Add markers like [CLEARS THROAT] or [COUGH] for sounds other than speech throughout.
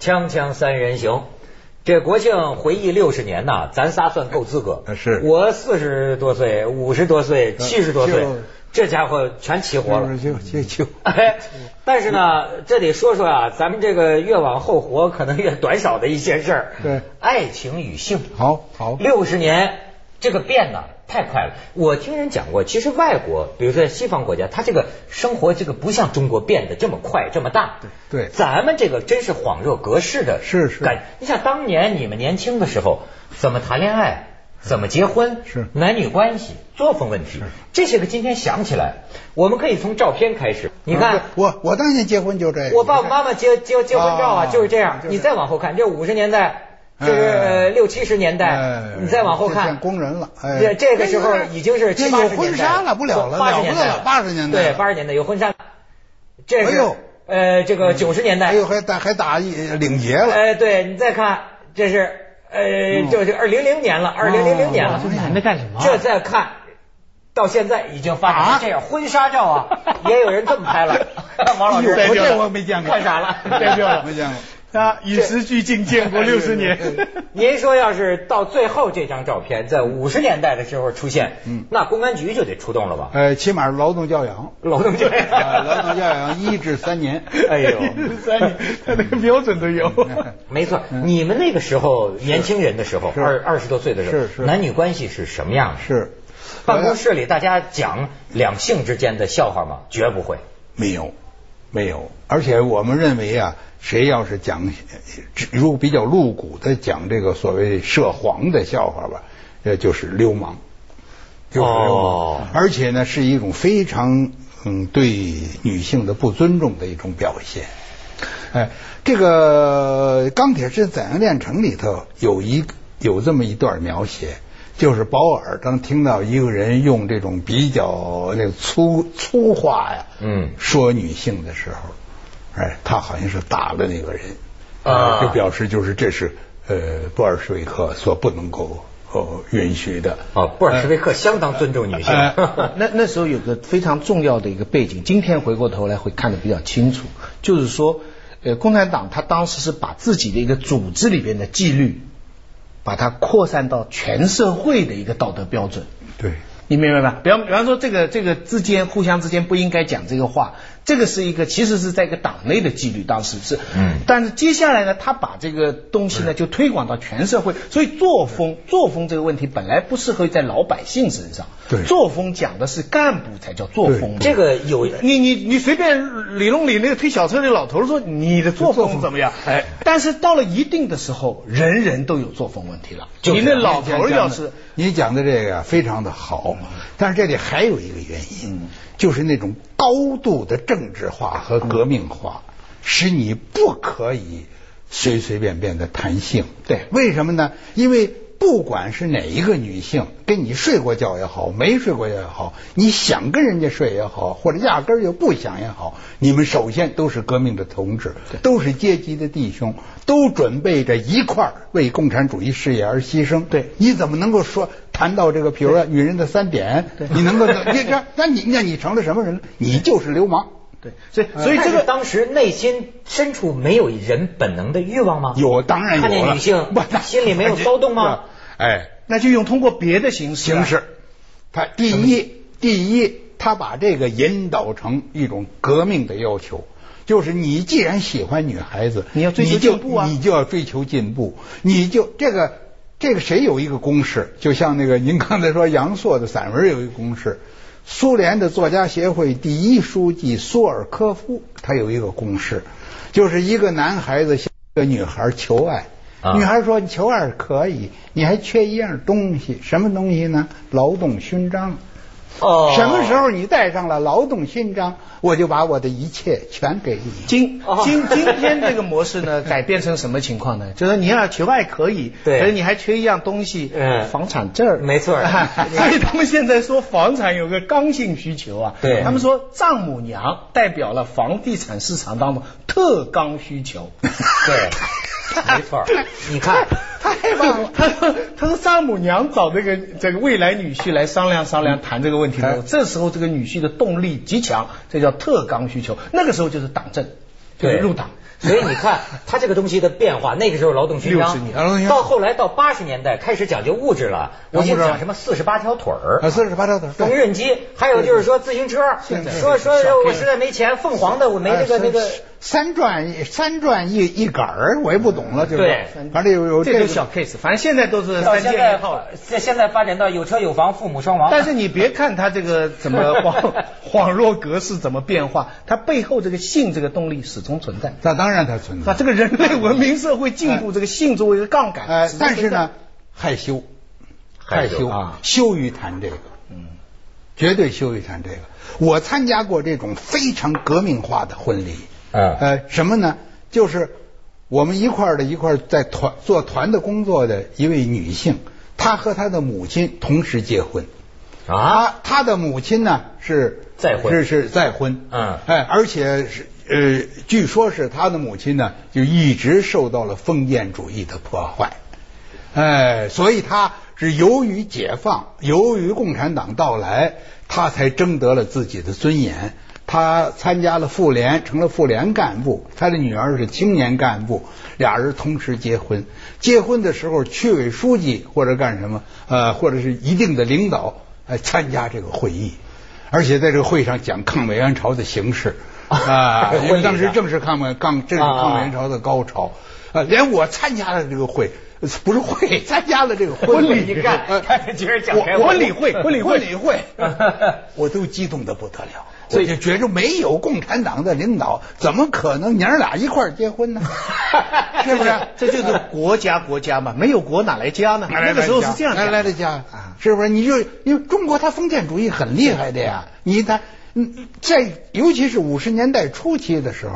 锵锵三人行，这国庆回忆六十年呐，咱仨算够资格。啊是我四十多岁，五十多岁，七十多岁就，这家伙全齐活了。就就就 [LAUGHS] 哎，但是呢，这得说说啊，咱们这个越往后活，可能越短少的一些事儿。对爱情与性。好好六十年这个变呐太快了。我听人讲过，其实外国，比如说西方国家，它这个生活这个不像中国变得这么快这么大。对对咱们这个真是恍若隔世的是是感。你想当年你们年轻的时候，怎么谈恋爱？怎么结婚？是男女关系、作风问题，这些个今天想起来，我们可以从照片开始。你看，我我当年结婚就这个， [LAUGHS] 我爸爸妈妈结结结婚照啊，啊就是这样就。是你再往后看，这五十年代，这是哎呃六七十年代哎，你再往后就看，变工人了哎这这个时候已经是这七有八十年代婚纱了不了了八十年代了不得了80年代对，了八十年代有婚纱，这哎是呦呃这个九十年代还，有还打还打一领结了，哎，对你再看，这是呃嗯就是二零零年了，二零零零年了，哦男的干什么？这再看，到现在已经发展成这样，婚纱照啊， [LAUGHS] 也有人这么拍了。 [LAUGHS] 王老师，哎呦这我没见过看傻 [LAUGHS] 了，太热了没见过。啊，与时俱进，建哎国六十年。您说要是到最后这张照片在五十年代的时候出现，嗯那公安局就得出动了吧？呃，起码是劳动教 [LAUGHS] 养，哎劳动局，啊劳动教养一至三年，哎呦，三年，他那个标准都有。 [LAUGHS] 没错，你们那个时候年轻人的时候，是二二十多岁的时候，是是男女关系是什么样的？ [LAUGHS] 是办公室里大家讲两性之间的笑话吗？绝不会。没有，没有。而且我们认为啊，谁要是讲只如比较露骨的讲这个所谓涉黄的笑话吧，呃，就是流氓，就是流氓。哦而且呢，是一种非常嗯对女性的不尊重的一种表现。哎，这个《钢铁是怎样炼成》里头有一有这么一段描写，就是保尔当听到一个人用这种比较那个粗粗话呀，嗯说女性的时候，哎，他好像是打了那个人，啊就表示就是这是呃布尔什维克所不能够哦允许的啊，布尔什维克相当尊重女性。哎呃 [LAUGHS] 那那时候有个非常重要的一个背景，今天回过头来会看得比较清楚，就是说，呃，共产党他当时是把自己的一个组织里边的纪律，把它扩散到全社会的一个道德标准。对。你明白吧？比方比方说，这个这个之间互相之间不应该讲这个话，这个是一个其实是在一个党内的纪律，当时是。嗯但是接下来呢，他把这个东西呢就推广到全社会，所以作风作风这个问题本来不适合在老百姓身上。对作风讲的是干部才叫作风嘛。 [LAUGHS] 这个有你你你随便理论理那个推小车的老头说你的作风怎么样？哎，但是到了一定的时候，人人都有作风问题了。就是你那老头儿要是。你讲的这个呀非常的好，但是这里还有一个原因，就是那种高度的政治化和革命化，使你不可以随随便便的谈性。对为什么呢？因为不管是哪一个女性，跟你睡过觉也好，没睡过觉也好，你想跟人家睡也好，或者压根儿就不想也好，你们首先都是革命的同志，都是阶级的弟兄，都准备着一块儿为共产主义事业而牺牲。对你怎么能够说谈到这个，比如说女人的三点，你能够 [LAUGHS] 你这，那你那你成了什么人了？你就是流氓。哎对，所以所以但这是个当时内心深处没有人本能的欲望吗？有，当然有了。看见女性不那心里没有骚动吗？哎，那就用通过别的形式啊、形式。他第一，第一，他把这个引导成一种革命的要求，就是你既然喜欢女孩子，你要追求你就进步啊你就要追求进步，你就这个这个谁有一个公式？就像那个您刚才说杨朔的散文有一个公式。苏联的作家协会第一书记苏尔科夫，他有一个公式，就是一个男孩子向一个女孩求爱，啊女孩说你求爱可以，你还缺一样东西，什么东西呢？劳动勋章。哦什么时候你带上了劳动勋章，我就把我的一切全给你。今哦今今天这个模式呢，改变成什么情 [LAUGHS] 况呢？就是你要求爱可以，对可是你还缺一样东西，嗯房产证儿没错 [LAUGHS] 所以他们现在说房产有个刚性需求啊，对他们说丈母娘代表了房地产市场当中特刚需求。对，没错儿。 [LAUGHS] 你看，太棒了！他说：“ [LAUGHS] 他说丈母娘找这个这个未来女婿来商量商量谈这个问题的时候，哎这时候这个女婿的动力极强，这叫特刚需求。那个时候就是党政，就是入党。所以你看它这个东西的变化，那个时候劳动勋章60年劳动勋章到后来到八十年代开始讲究物质了，我就讲什么四十八条腿儿啊，。四十八条腿儿，缝对纫机，还有就是说自行车，现在说说我实在没钱，凤凰的我没这个哎那个三三转一三转一一杆儿，我也不懂了，就是对反正有有这个都小 case，反正现在都是到三现件在啊一套了。现现在发展到有车有房，父母双亡。但是你别看它这个怎么恍恍若隔世怎么变化，它背后这个性这个动力始终存在。那当然它存那在。这个人类文明社会进步，这个性作为一个杠杆，呃始，终但是存在呢，，害羞，害羞羞啊羞于谈这个，嗯，绝对羞于谈这个。我参加过这种非常革命化的婚礼，嗯呃，什么呢？就是我们一块儿的一块儿在团做团的工作的一位女性，她和她的母亲同时结婚。啊，她她的母亲呢是再婚是是再婚，嗯哎，而且是呃，据说是她的母亲呢就一直受到了封建主义的破坏，哎，所以她是由于解放，由于共产党到来，她才争得了自己的尊严。她参加了妇联，成了妇联干部。她的女儿是青年干部，俩人同时结婚。结婚的时候，区委书记或者干什么，呃，或者是一定的领导，哎，参加这个会议。而且在这个会上讲抗美援朝的形势 [LAUGHS] 啊，因会为议当时上正是抗美抗正是抗美援朝的高潮啊，连我参加了这个会，呃不是会，参加了这个婚婚礼，礼干呃看着今儿讲开我婚礼会婚礼会婚礼会，我都激动的不得了。所我以就觉着没有共产党的领导，怎么可能娘儿俩一块儿结婚呢？是 [LAUGHS] 不是？啊这就是国家国家嘛，没有国哪来家呢？那个时候是这样来来讲的的家啊，是不是？你就因为中国它封建主义很厉害的呀，你它嗯在尤其是五十年代初期的时候，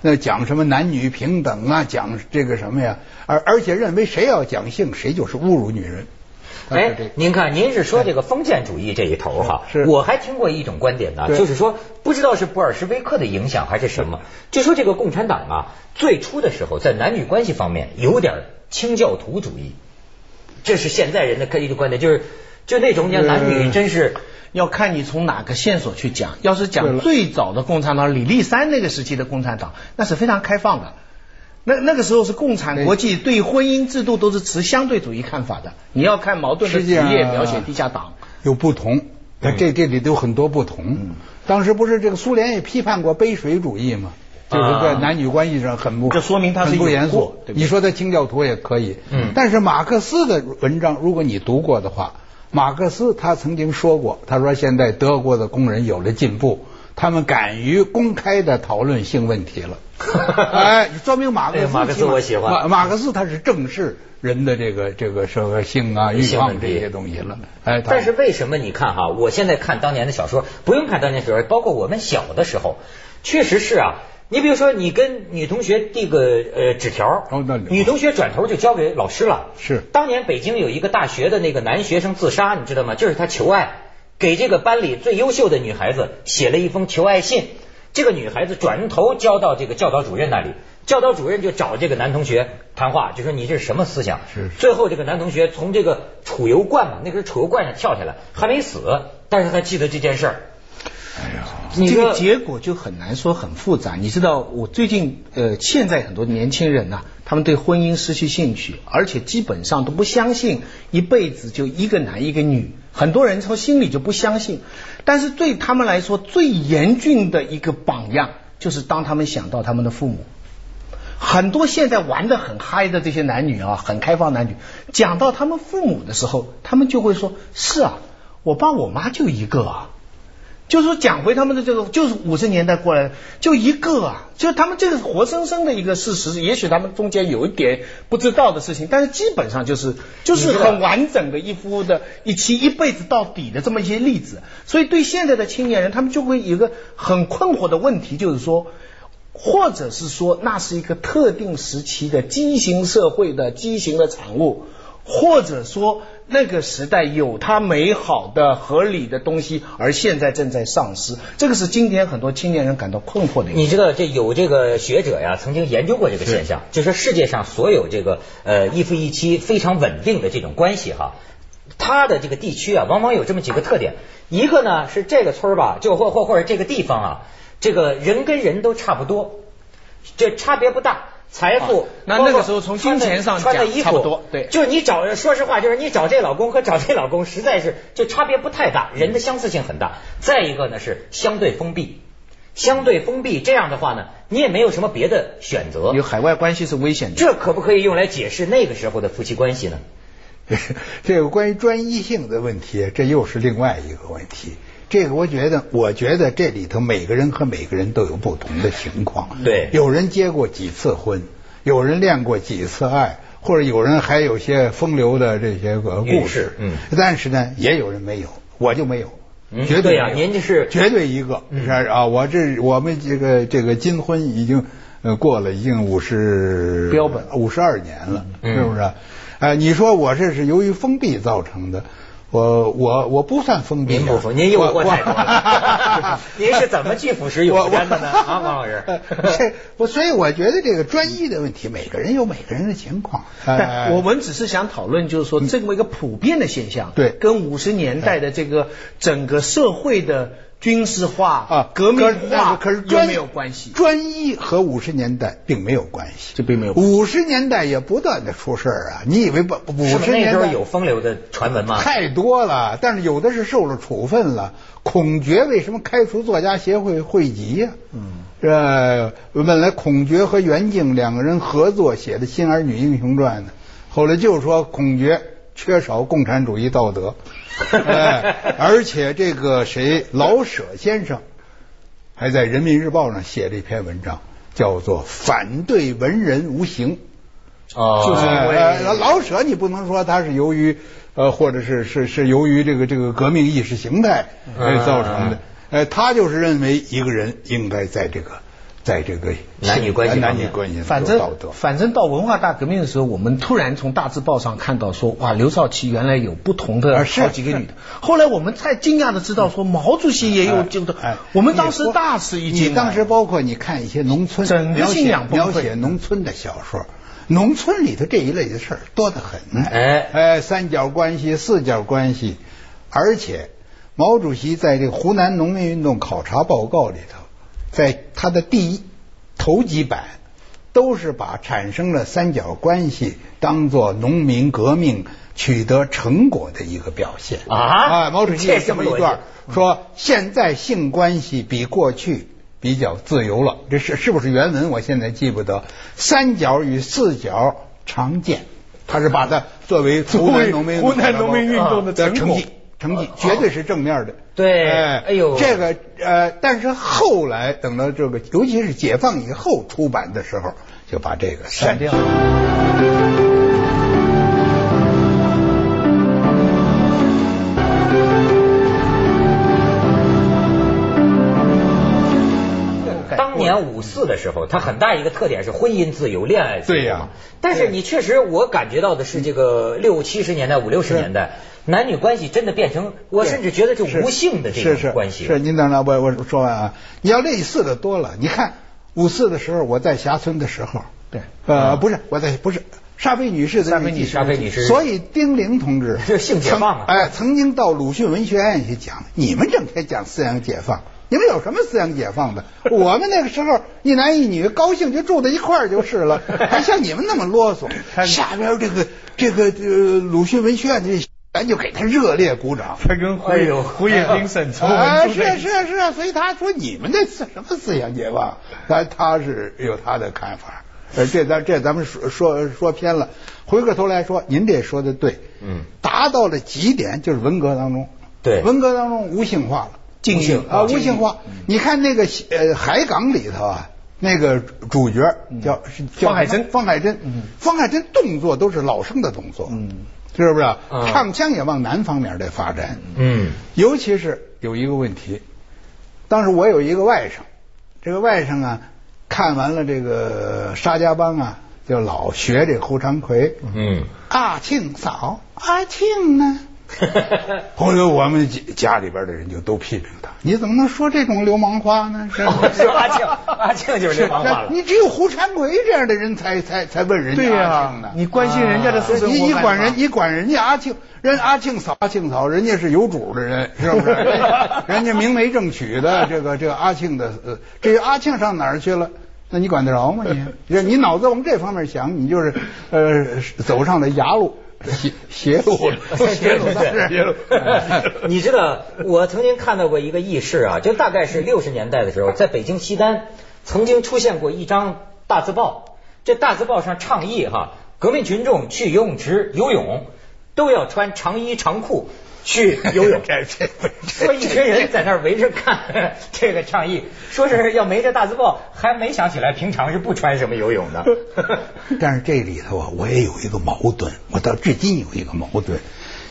那讲什么男女平等啊，讲这个什么呀，而而且认为谁要讲性，谁就是侮辱女人。它是这哎，您看，您是说这个封建主义这一头哈，是我还听过一种观点呢，对就是说，不知道是布尔什维克的影响还是什么，就说这个共产党啊，最初的时候在男女关系方面有点清教徒主义，这是现在人的一个观点，就是就那种讲男女真是要看你从哪个线索去讲。要是对讲了最早的共产党，李立三那个时期的共产党，那是非常开放的。那那个时候是共产国际对婚姻制度都是持相对主义看法的。你要看矛盾的实职际上业描写地下党，有不同，它这这里都有很多不同。嗯当时不是这个苏联也批判过杯水主义吗？就是在啊男女关系上很不，这说明他是很不有严肃过。对不对你说他清教徒也可以，嗯但是马克思的文章，如果你读过的话，马克思他曾经说过，他说现在德国的工人有了进步，他们敢于公开的讨论性问题 [LAUGHS] 了。哎，说明马克思哎马起码，克思我喜欢马马克思他是正视人的这个这个社会性啊、欲性望问这题些东西了。哎，他但是为什么你看哈，我现在看当年的小说，不用看当年小说，包括我们小的时候，确实是啊。你比如说，你跟女同学递个呃纸条哦那里，女同学转头就交给老师了。是当年北京有一个大学的那个男学生自杀，你知道吗？就是他求爱，给这个班里最优秀的女孩子写了一封求爱信。这个女孩子转头交到这个教导主任那里，教导主任就找这个男同学谈话，就说你这是什么思想？是是最后这个男同学从这个储油罐嘛，那根储油罐上跳下来，还没死，但是他记得这件事儿。哎呀。你这说个结果就很难说很复杂。你知道，我最近呃，现在很多年轻人呐、他们对婚姻失去兴趣，而且基本上都不相信一辈子就一个男一个女。很多人从心里就不相信，但是对他们来说最严峻的一个榜样，就是当他们想到他们的父母。很多现在玩的很嗨的这些男女啊，很开放男女，讲到他们父母的时候，他们就会说：“是啊，我爸我妈就一个啊。”就是说讲回他们的这个，就是五十年代过来的，就一个啊，就是他们这是活生生的一个事实。也许他们中间有一点不知道的事情，但是基本上就是就是你知道很完整的一夫的一妻一辈子到底的这么一些例子。所以对现在的青年人，他们就会有一个很困惑的问题，就是说。或者是说那是一个特定时期的畸形社会的畸形的产物，或者说那个时代有它美好的合理的东西，而现在正在丧失，这个是今天很多青年人感到困惑的嗯一个。你知道这有这个学者呀，曾经研究过这个现象，就说世界上所有这个呃一夫一妻非常稳定的这种关系哈，它的这个地区啊，往往有这么几个特点，一个呢是这个村儿吧，就或或或者这个地方啊，这个人跟人都差不多。这差别不大。财富、啊那包括那个时候从金钱上穿的穿的讲衣服差不多对就是你找，说实话，就是你找这老公和找这老公，实在是就差别不太大，人的相似性很大。再一个呢是相对封闭，相对封闭，这样的话呢，你也没有什么别的选择有。海外关系是危险的。这可不可以用来解释那个时候的夫妻关系呢？ [LAUGHS] 这个关于专一性的问题，这又是另外一个问题。这个我觉得，我觉得这里头每个人和每个人都有不同的情况。对有人结过几次婚，有人恋过几次爱，或者有人还有些风流的这些个女故士事。嗯但是呢，也有人没有，我就没有。嗯对绝对呀没有您这是绝对一个，嗯是啊，我这我们这个这个金婚已经呃过了，已经五十标本五十二年了，嗯是不是？啊、你说我这是由于封闭造成的，我我我不算封闭啊、您不服，您诱惑太多了 [LAUGHS] 我。您是怎么去腐蚀我永我，不干的呢？啊，王老师这我 [LAUGHS] 所以我觉得这个专一的问题，每个人有每个人的情况。哎但我们只是想讨论，就是说这么一个普遍的现象，嗯对哎跟五十年代的这个整个社会的军事化、啊，革命那化个可是有专没有关系？专一和五十年代并没有关系，这并没有关五十年代也不断的出事儿啊，你以为不五是不十是那年时候代有风流的传闻吗？太多了，但是有的是受了处分了。孔觉为什么开除作家协会会籍呀、嗯，这本来孔觉和袁静两个人合作写的《新儿女英雄传》呢，后来就说孔觉缺少共产主义道德，哎，而且这个谁老舍先生还在《人民日报》上写了一篇文章，叫做《反对文人无形》。哦就是哎因为呃老舍，你不能说他是由于呃，或者是是是由于这个这个革命意识形态嗯呃造成嗯的，呃，他就是认为一个人应该在这个在这个男女关系男方女面关系反道正德。反正到文化大革命的时候，我们突然从大字报上看到说，哇，刘少奇原来有不同啊的是好几个女 [LAUGHS] 的。后来我们才惊讶的知道说，毛主席也有哎这个哎。我们当时你说大吃一惊啊。你当时包括你看一些农村整个描写信仰崩溃描写农村的小说，农村里头这一类的事儿多得很。哎哎，三角关系、四角关系，而且毛主席在这个湖南农民运动考察报告里头，在他的第一头几版。都是把产生了三角关系当做农民革命取得成果的一个表现啊啊！毛主席有这么一这什么逻段说，现在性关系比过去比较自由了，这是是不是原文？我现在记不得。三角与四角常见，他是把它作为湖南农民运动作为湖南农民运动的成成果绩，成绩绝对是正面的。对哎呦这个呃，但是后来等到这个，尤其是解放以后出版的时候，就把这个删掉。当年五四的时候，它很大一个特点是婚姻自由、恋爱自由。对呀但是你确实，我感觉到的是，这个六七十年代、五六十年代，男女关系真的变成，我甚至觉得就是无性的这是是种关系。是，您等等，我我说完啊，你要类似的多了。你看五四的时候，我在霞村的时候，对呃，不是我在不是沙菲女士的沙菲日记女士沙啊菲女士所以丁玲同志这性解放啊曾哎，曾经到鲁迅文学院去讲，你们整天讲思想解放。你们有什么思想解放的？我们那个时候一男一女高兴就住在一块儿就是了，还像你们那么 [LAUGHS] 啰嗦。下边这个这个呃鲁迅文学院的，咱就给他热烈鼓掌。他跟胡也哎呦胡也斌丁沈啊，是是是啊，所以他说你们这是什么思想解放？他他是有他的看法，呃，这咱这咱们说说说偏了。回过头来说，您这说的对，嗯，达到了极点，就是文革当中，对文革当中无性化了，禁欲啊，无禁欲性化。你看那个呃海港里头啊。那个主角叫是叫方海什么珍方海珍嗯，方海珍动作都是老生的动作，嗯，是不是啊？啊唱腔也往南方面儿在发展，嗯，尤其是有一个问题，当时我有一个外甥，这个外甥啊，看完了这个沙家浜啊，就老学这胡长奎，嗯，阿庆嫂，阿庆 [LAUGHS] 呢？后来我们家里边的人就都批评他，你怎么能说这种流氓话 [LAUGHS] 呢？是哦是阿庆阿庆就是流氓话了是 [LAUGHS] 你只有胡长奎这样的人才才才问人家对阿庆呢啊呀，。你关心人家的私生活你你管人干嘛你管人家阿庆，人阿庆嫂阿庆嫂，人家是有主的人，是不 [LAUGHS] 是？人家明媒正娶的，这个这个阿庆的，呃这个阿庆上哪儿去了？那你管得着吗 [LAUGHS] 你？你你脑子往这方面想，你就是呃走上了崖路。邪邪路， [LAUGHS] 邪路，邪路。哎 [LAUGHS] 你知道，我曾经看到过一个轶事啊，就大概是六十年代的时候，在北京西单曾经出现过一张大字报，这大字报上倡议哈、革命群众去游泳池游泳都要穿长衣长裤去游 [LAUGHS] 泳。这这说一群人在那儿围着看 [LAUGHS] 这个倡议，说是要没这大字报，还没想起来平常是不穿什么游泳 [LAUGHS] 的。但是这里头啊，我也有一个矛盾，我到至今有一个矛盾。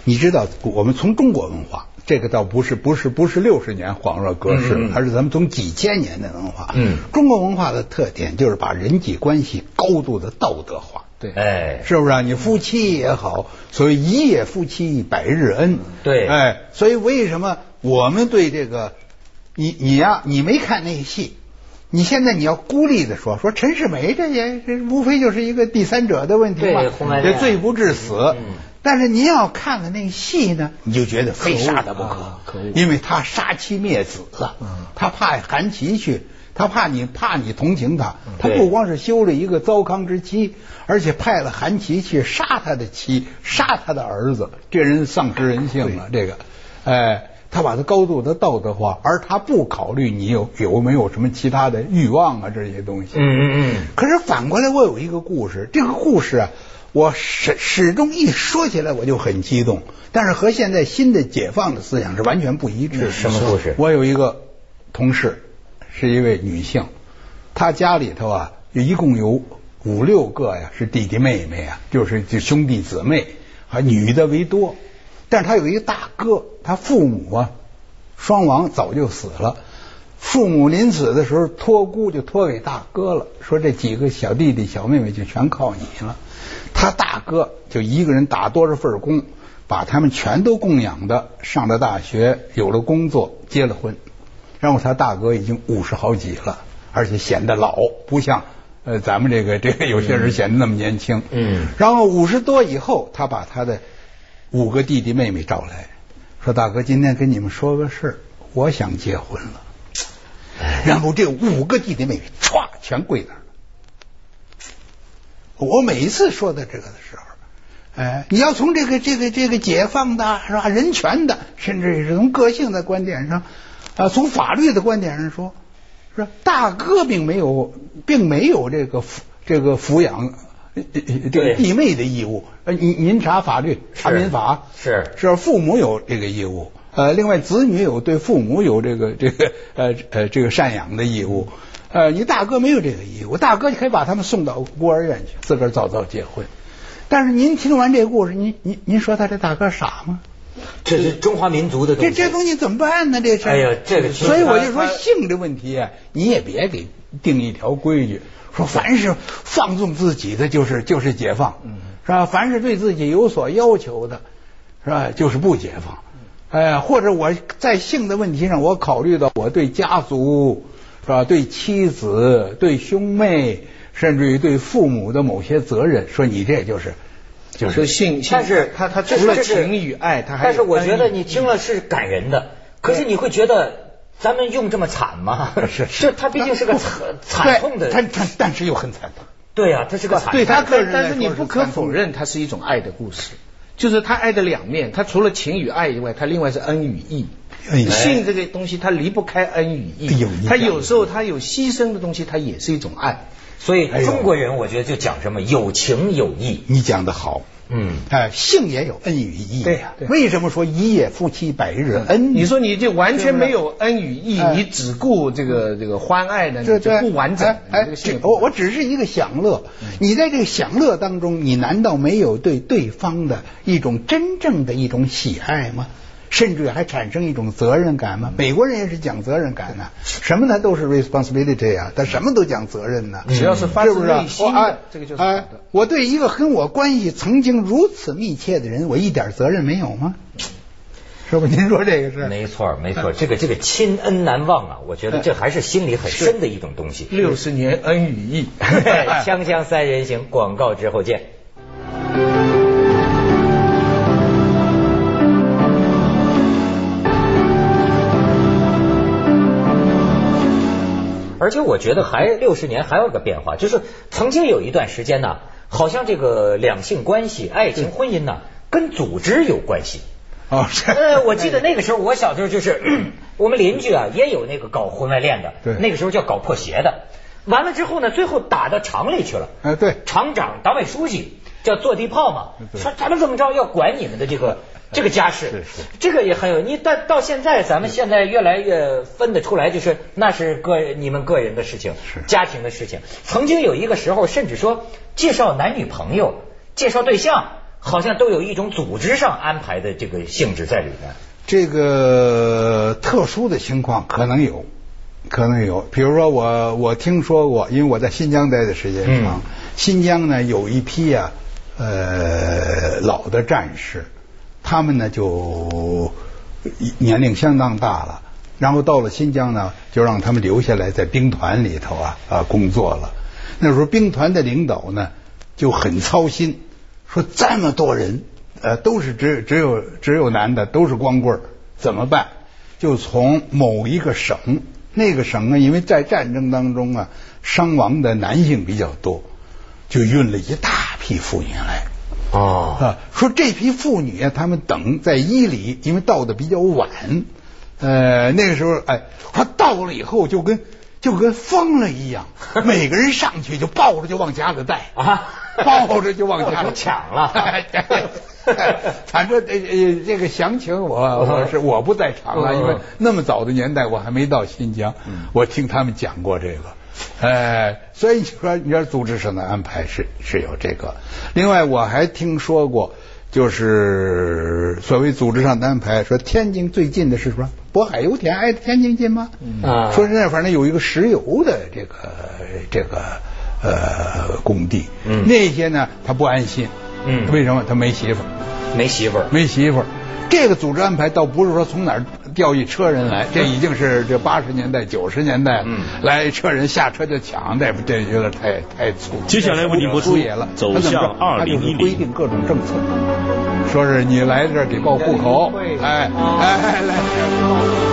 你知道，我们从中国文化，这个倒不是不是不是六十年恍若隔世，嗯嗯而是咱们从几千年的文化。嗯中国文化的特点就是把人际关系高度的道德化。对，哎，是不是啊？你夫妻也好，所谓一夜夫妻百日恩。对哎，所以为什么我们对这个你你呀、你没看那戏，你现在你要孤立的说说陈世美这也这无非就是一个第三者的问题嘛对红蓝，这恋罪不至死。嗯但是您要看了那戏呢，你就觉得非杀他不可恶啊可恶因为他杀妻灭子啊嗯，他怕韩琦去，他怕你怕你同情他，他对不光是休了一个糟糠之妻，而且派了韩琦去杀他的妻，杀他的儿子，这人丧失人性了。这个，哎，他把他高度的道德化，而他不考虑你有有没有什么其他的欲望啊这些东西。嗯嗯嗯，可是反过来，我有一个故事，这个故事啊，我始始终一说起来我就很激动，但是和现在新的解放的思想是完全不一致的。是什么故事我有一个同事，是一位女性，她家里头啊，一共有五六个呀，是弟弟妹妹啊，就是就兄弟姊妹，啊，女的为多。但是她有一个大哥，他父母啊双亡早就死了。父母临死的时候托孤就托给大哥了，说这几个小弟弟小妹妹就全靠你了。他大哥就一个人打多少份工，把他们全都供养的上了大学，有了工作，结了婚。然后他大哥已经五十好几了，而且显得老，不像呃咱们这个这个有些人显得那么年轻。嗯然后五十多以后，他把他的五个弟弟妹妹找来，说：“大哥，今天跟你们说个事儿，我想结婚了。”然后这五个弟弟妹妹歘全跪那儿了。我每一次说到这个的时候，哎，你要从这个这个这个解放的是吧，人权的，甚至是从个性的观点上，啊，从法律的观点上说，是吧大哥并没有并没有这个抚这个抚养。呃呃呃这个对弟妹的义务，呃，您您查法律，查是民法，是是父母有这个义务，呃，另外子女有对父母有这个这个呃呃这个赡养的义务，呃，你大哥没有这个义务，大哥你可以把他们送到孤儿院去，自个儿早早结婚。但是您听完这个故事，您您您说他这大哥傻吗？这是中华民族的东这西。这东西怎么办呢？这事儿哎呀这个其实所以我就他说他性这问题啊，你也别给定一条规矩，说凡是放纵自己的就是就是解放，嗯是吧？凡是对自己有所要求的，是吧？就是不解放。哎，或者我在性的问题上，我考虑到我对家族是吧，对妻子、对兄妹，甚至于对父母的某些责任，说你这就是就是所以性，性但是他他这除了这是情与爱，他还但是有我觉得安逸你听了是感人的，可是你会觉得咱们用这么惨吗？是这他毕竟是个惨惨痛的，但但但是又很惨痛。对啊，他是个惨痛对的。他个人来但说是你不可是残酷否认，它是一种爱的故事，就是它爱的两面，它除了情与爱以外，它另外是恩与义。哎性这个东西，它离不开恩与义哎呦你。它讲有时候它有牺牲的东西，它也是一种爱。所以哎呦中国人我觉得就讲什么有情有义，你讲的好，嗯，哎，性也有恩与义。啊对呀对呀为什么说一夜夫妻百日恩？你说你就完全没有恩与义，哎你只顾这个这个欢爱呢，这你就这不完整哎。哎你这个，性嗯这我我只是一个享乐。你在这个享乐当中，你难道没有对对方的一种真正的一种喜爱吗？甚至还产生一种责任感嗯吗？美国人也是讲责任感呐、什么他都是 responsibility 啊，他什么都讲责任呐、只要是发是自不是啊？内心我哎的，这个就是好哎的。我对一个跟我关系曾经如此密切的人，我一点责任没有吗？是不？您说这个是？哎没错没错，这个这个亲恩难忘啊，我觉得这还是心里很深的一种东西。。六十年恩与义 [LAUGHS] 哎 [LAUGHS] 锵锵三人行，广告之后见。而且我觉得还六十年还有个变化，就是曾经有一段时间呢，好像这个两性关系、爱情、婚姻呢，跟组织有关系。哦，是呃，我记得那个时候，我小时候就是 [CLEARS THROAT] 咳我们邻居啊，也有那个搞婚外恋的，对那个时候叫搞破鞋的。完了之后呢，最后打到厂里去了。哎对厂长、党委书记叫坐地炮嘛，对说咱们怎么着要管你们的这 [LAUGHS] 个这个家事，是是这个也很有。你到到现在，咱们现在越来越分得出来，就是那是个你们个人的事情，是家庭的事情。曾经有一个时候，甚至说介绍男女朋友、介绍对象，好像都有一种组织上安排的这个性质在里面。这个特殊的情况可能有，可能有。比如说我我听说过，因为我在新疆待的时间长，嗯新疆呢有一批啊呃老的战士，他们呢就呃年龄相当大了，然后到了新疆呢，就让他们留下来在兵团里头啊啊工作了。那时候兵团的领导呢就很操心，说这么多人，呃，都是只只有只有男的，都是光棍儿，怎么办？就从某一个省，那个省啊，因为在战争当中啊，伤亡的男性比较多，就运了一大批妇女来。哦，啊，说这批妇女啊，她们等在伊犁，因为到的比较晚，呃，那个时候，哎，她到了以后就跟就跟疯了一 [LAUGHS] 样，每个人上去就抱着就往家里带啊抱着就往家里 [LAUGHS] 抢了哎对哎 [LAUGHS] 反正这这这个详情我我是我不在场了，嗯因为那么早的年代我还没到新疆嗯，我听他们讲过这个。哎，所以你说，你说组织上的安排是是有这个。另外，我还听说过，就是所谓组织上的安排，说天津最近的是什么？渤海油田挨着天津近吗？嗯啊说是那反正有一个石油的这个这个呃工地，嗯那些呢他不安心，嗯为什么他没媳妇儿？没媳妇儿，没媳妇儿。这个组织安排倒不是说从哪儿调一车人哎来，这已经是这八十年代、九十年代，嗯来一车人下车就抢，这不这有点太太粗。接下来为您播出粗野了，走他怎么着向他就是2010规定各种政策，说是你来这儿给报户口，哎哎哎来。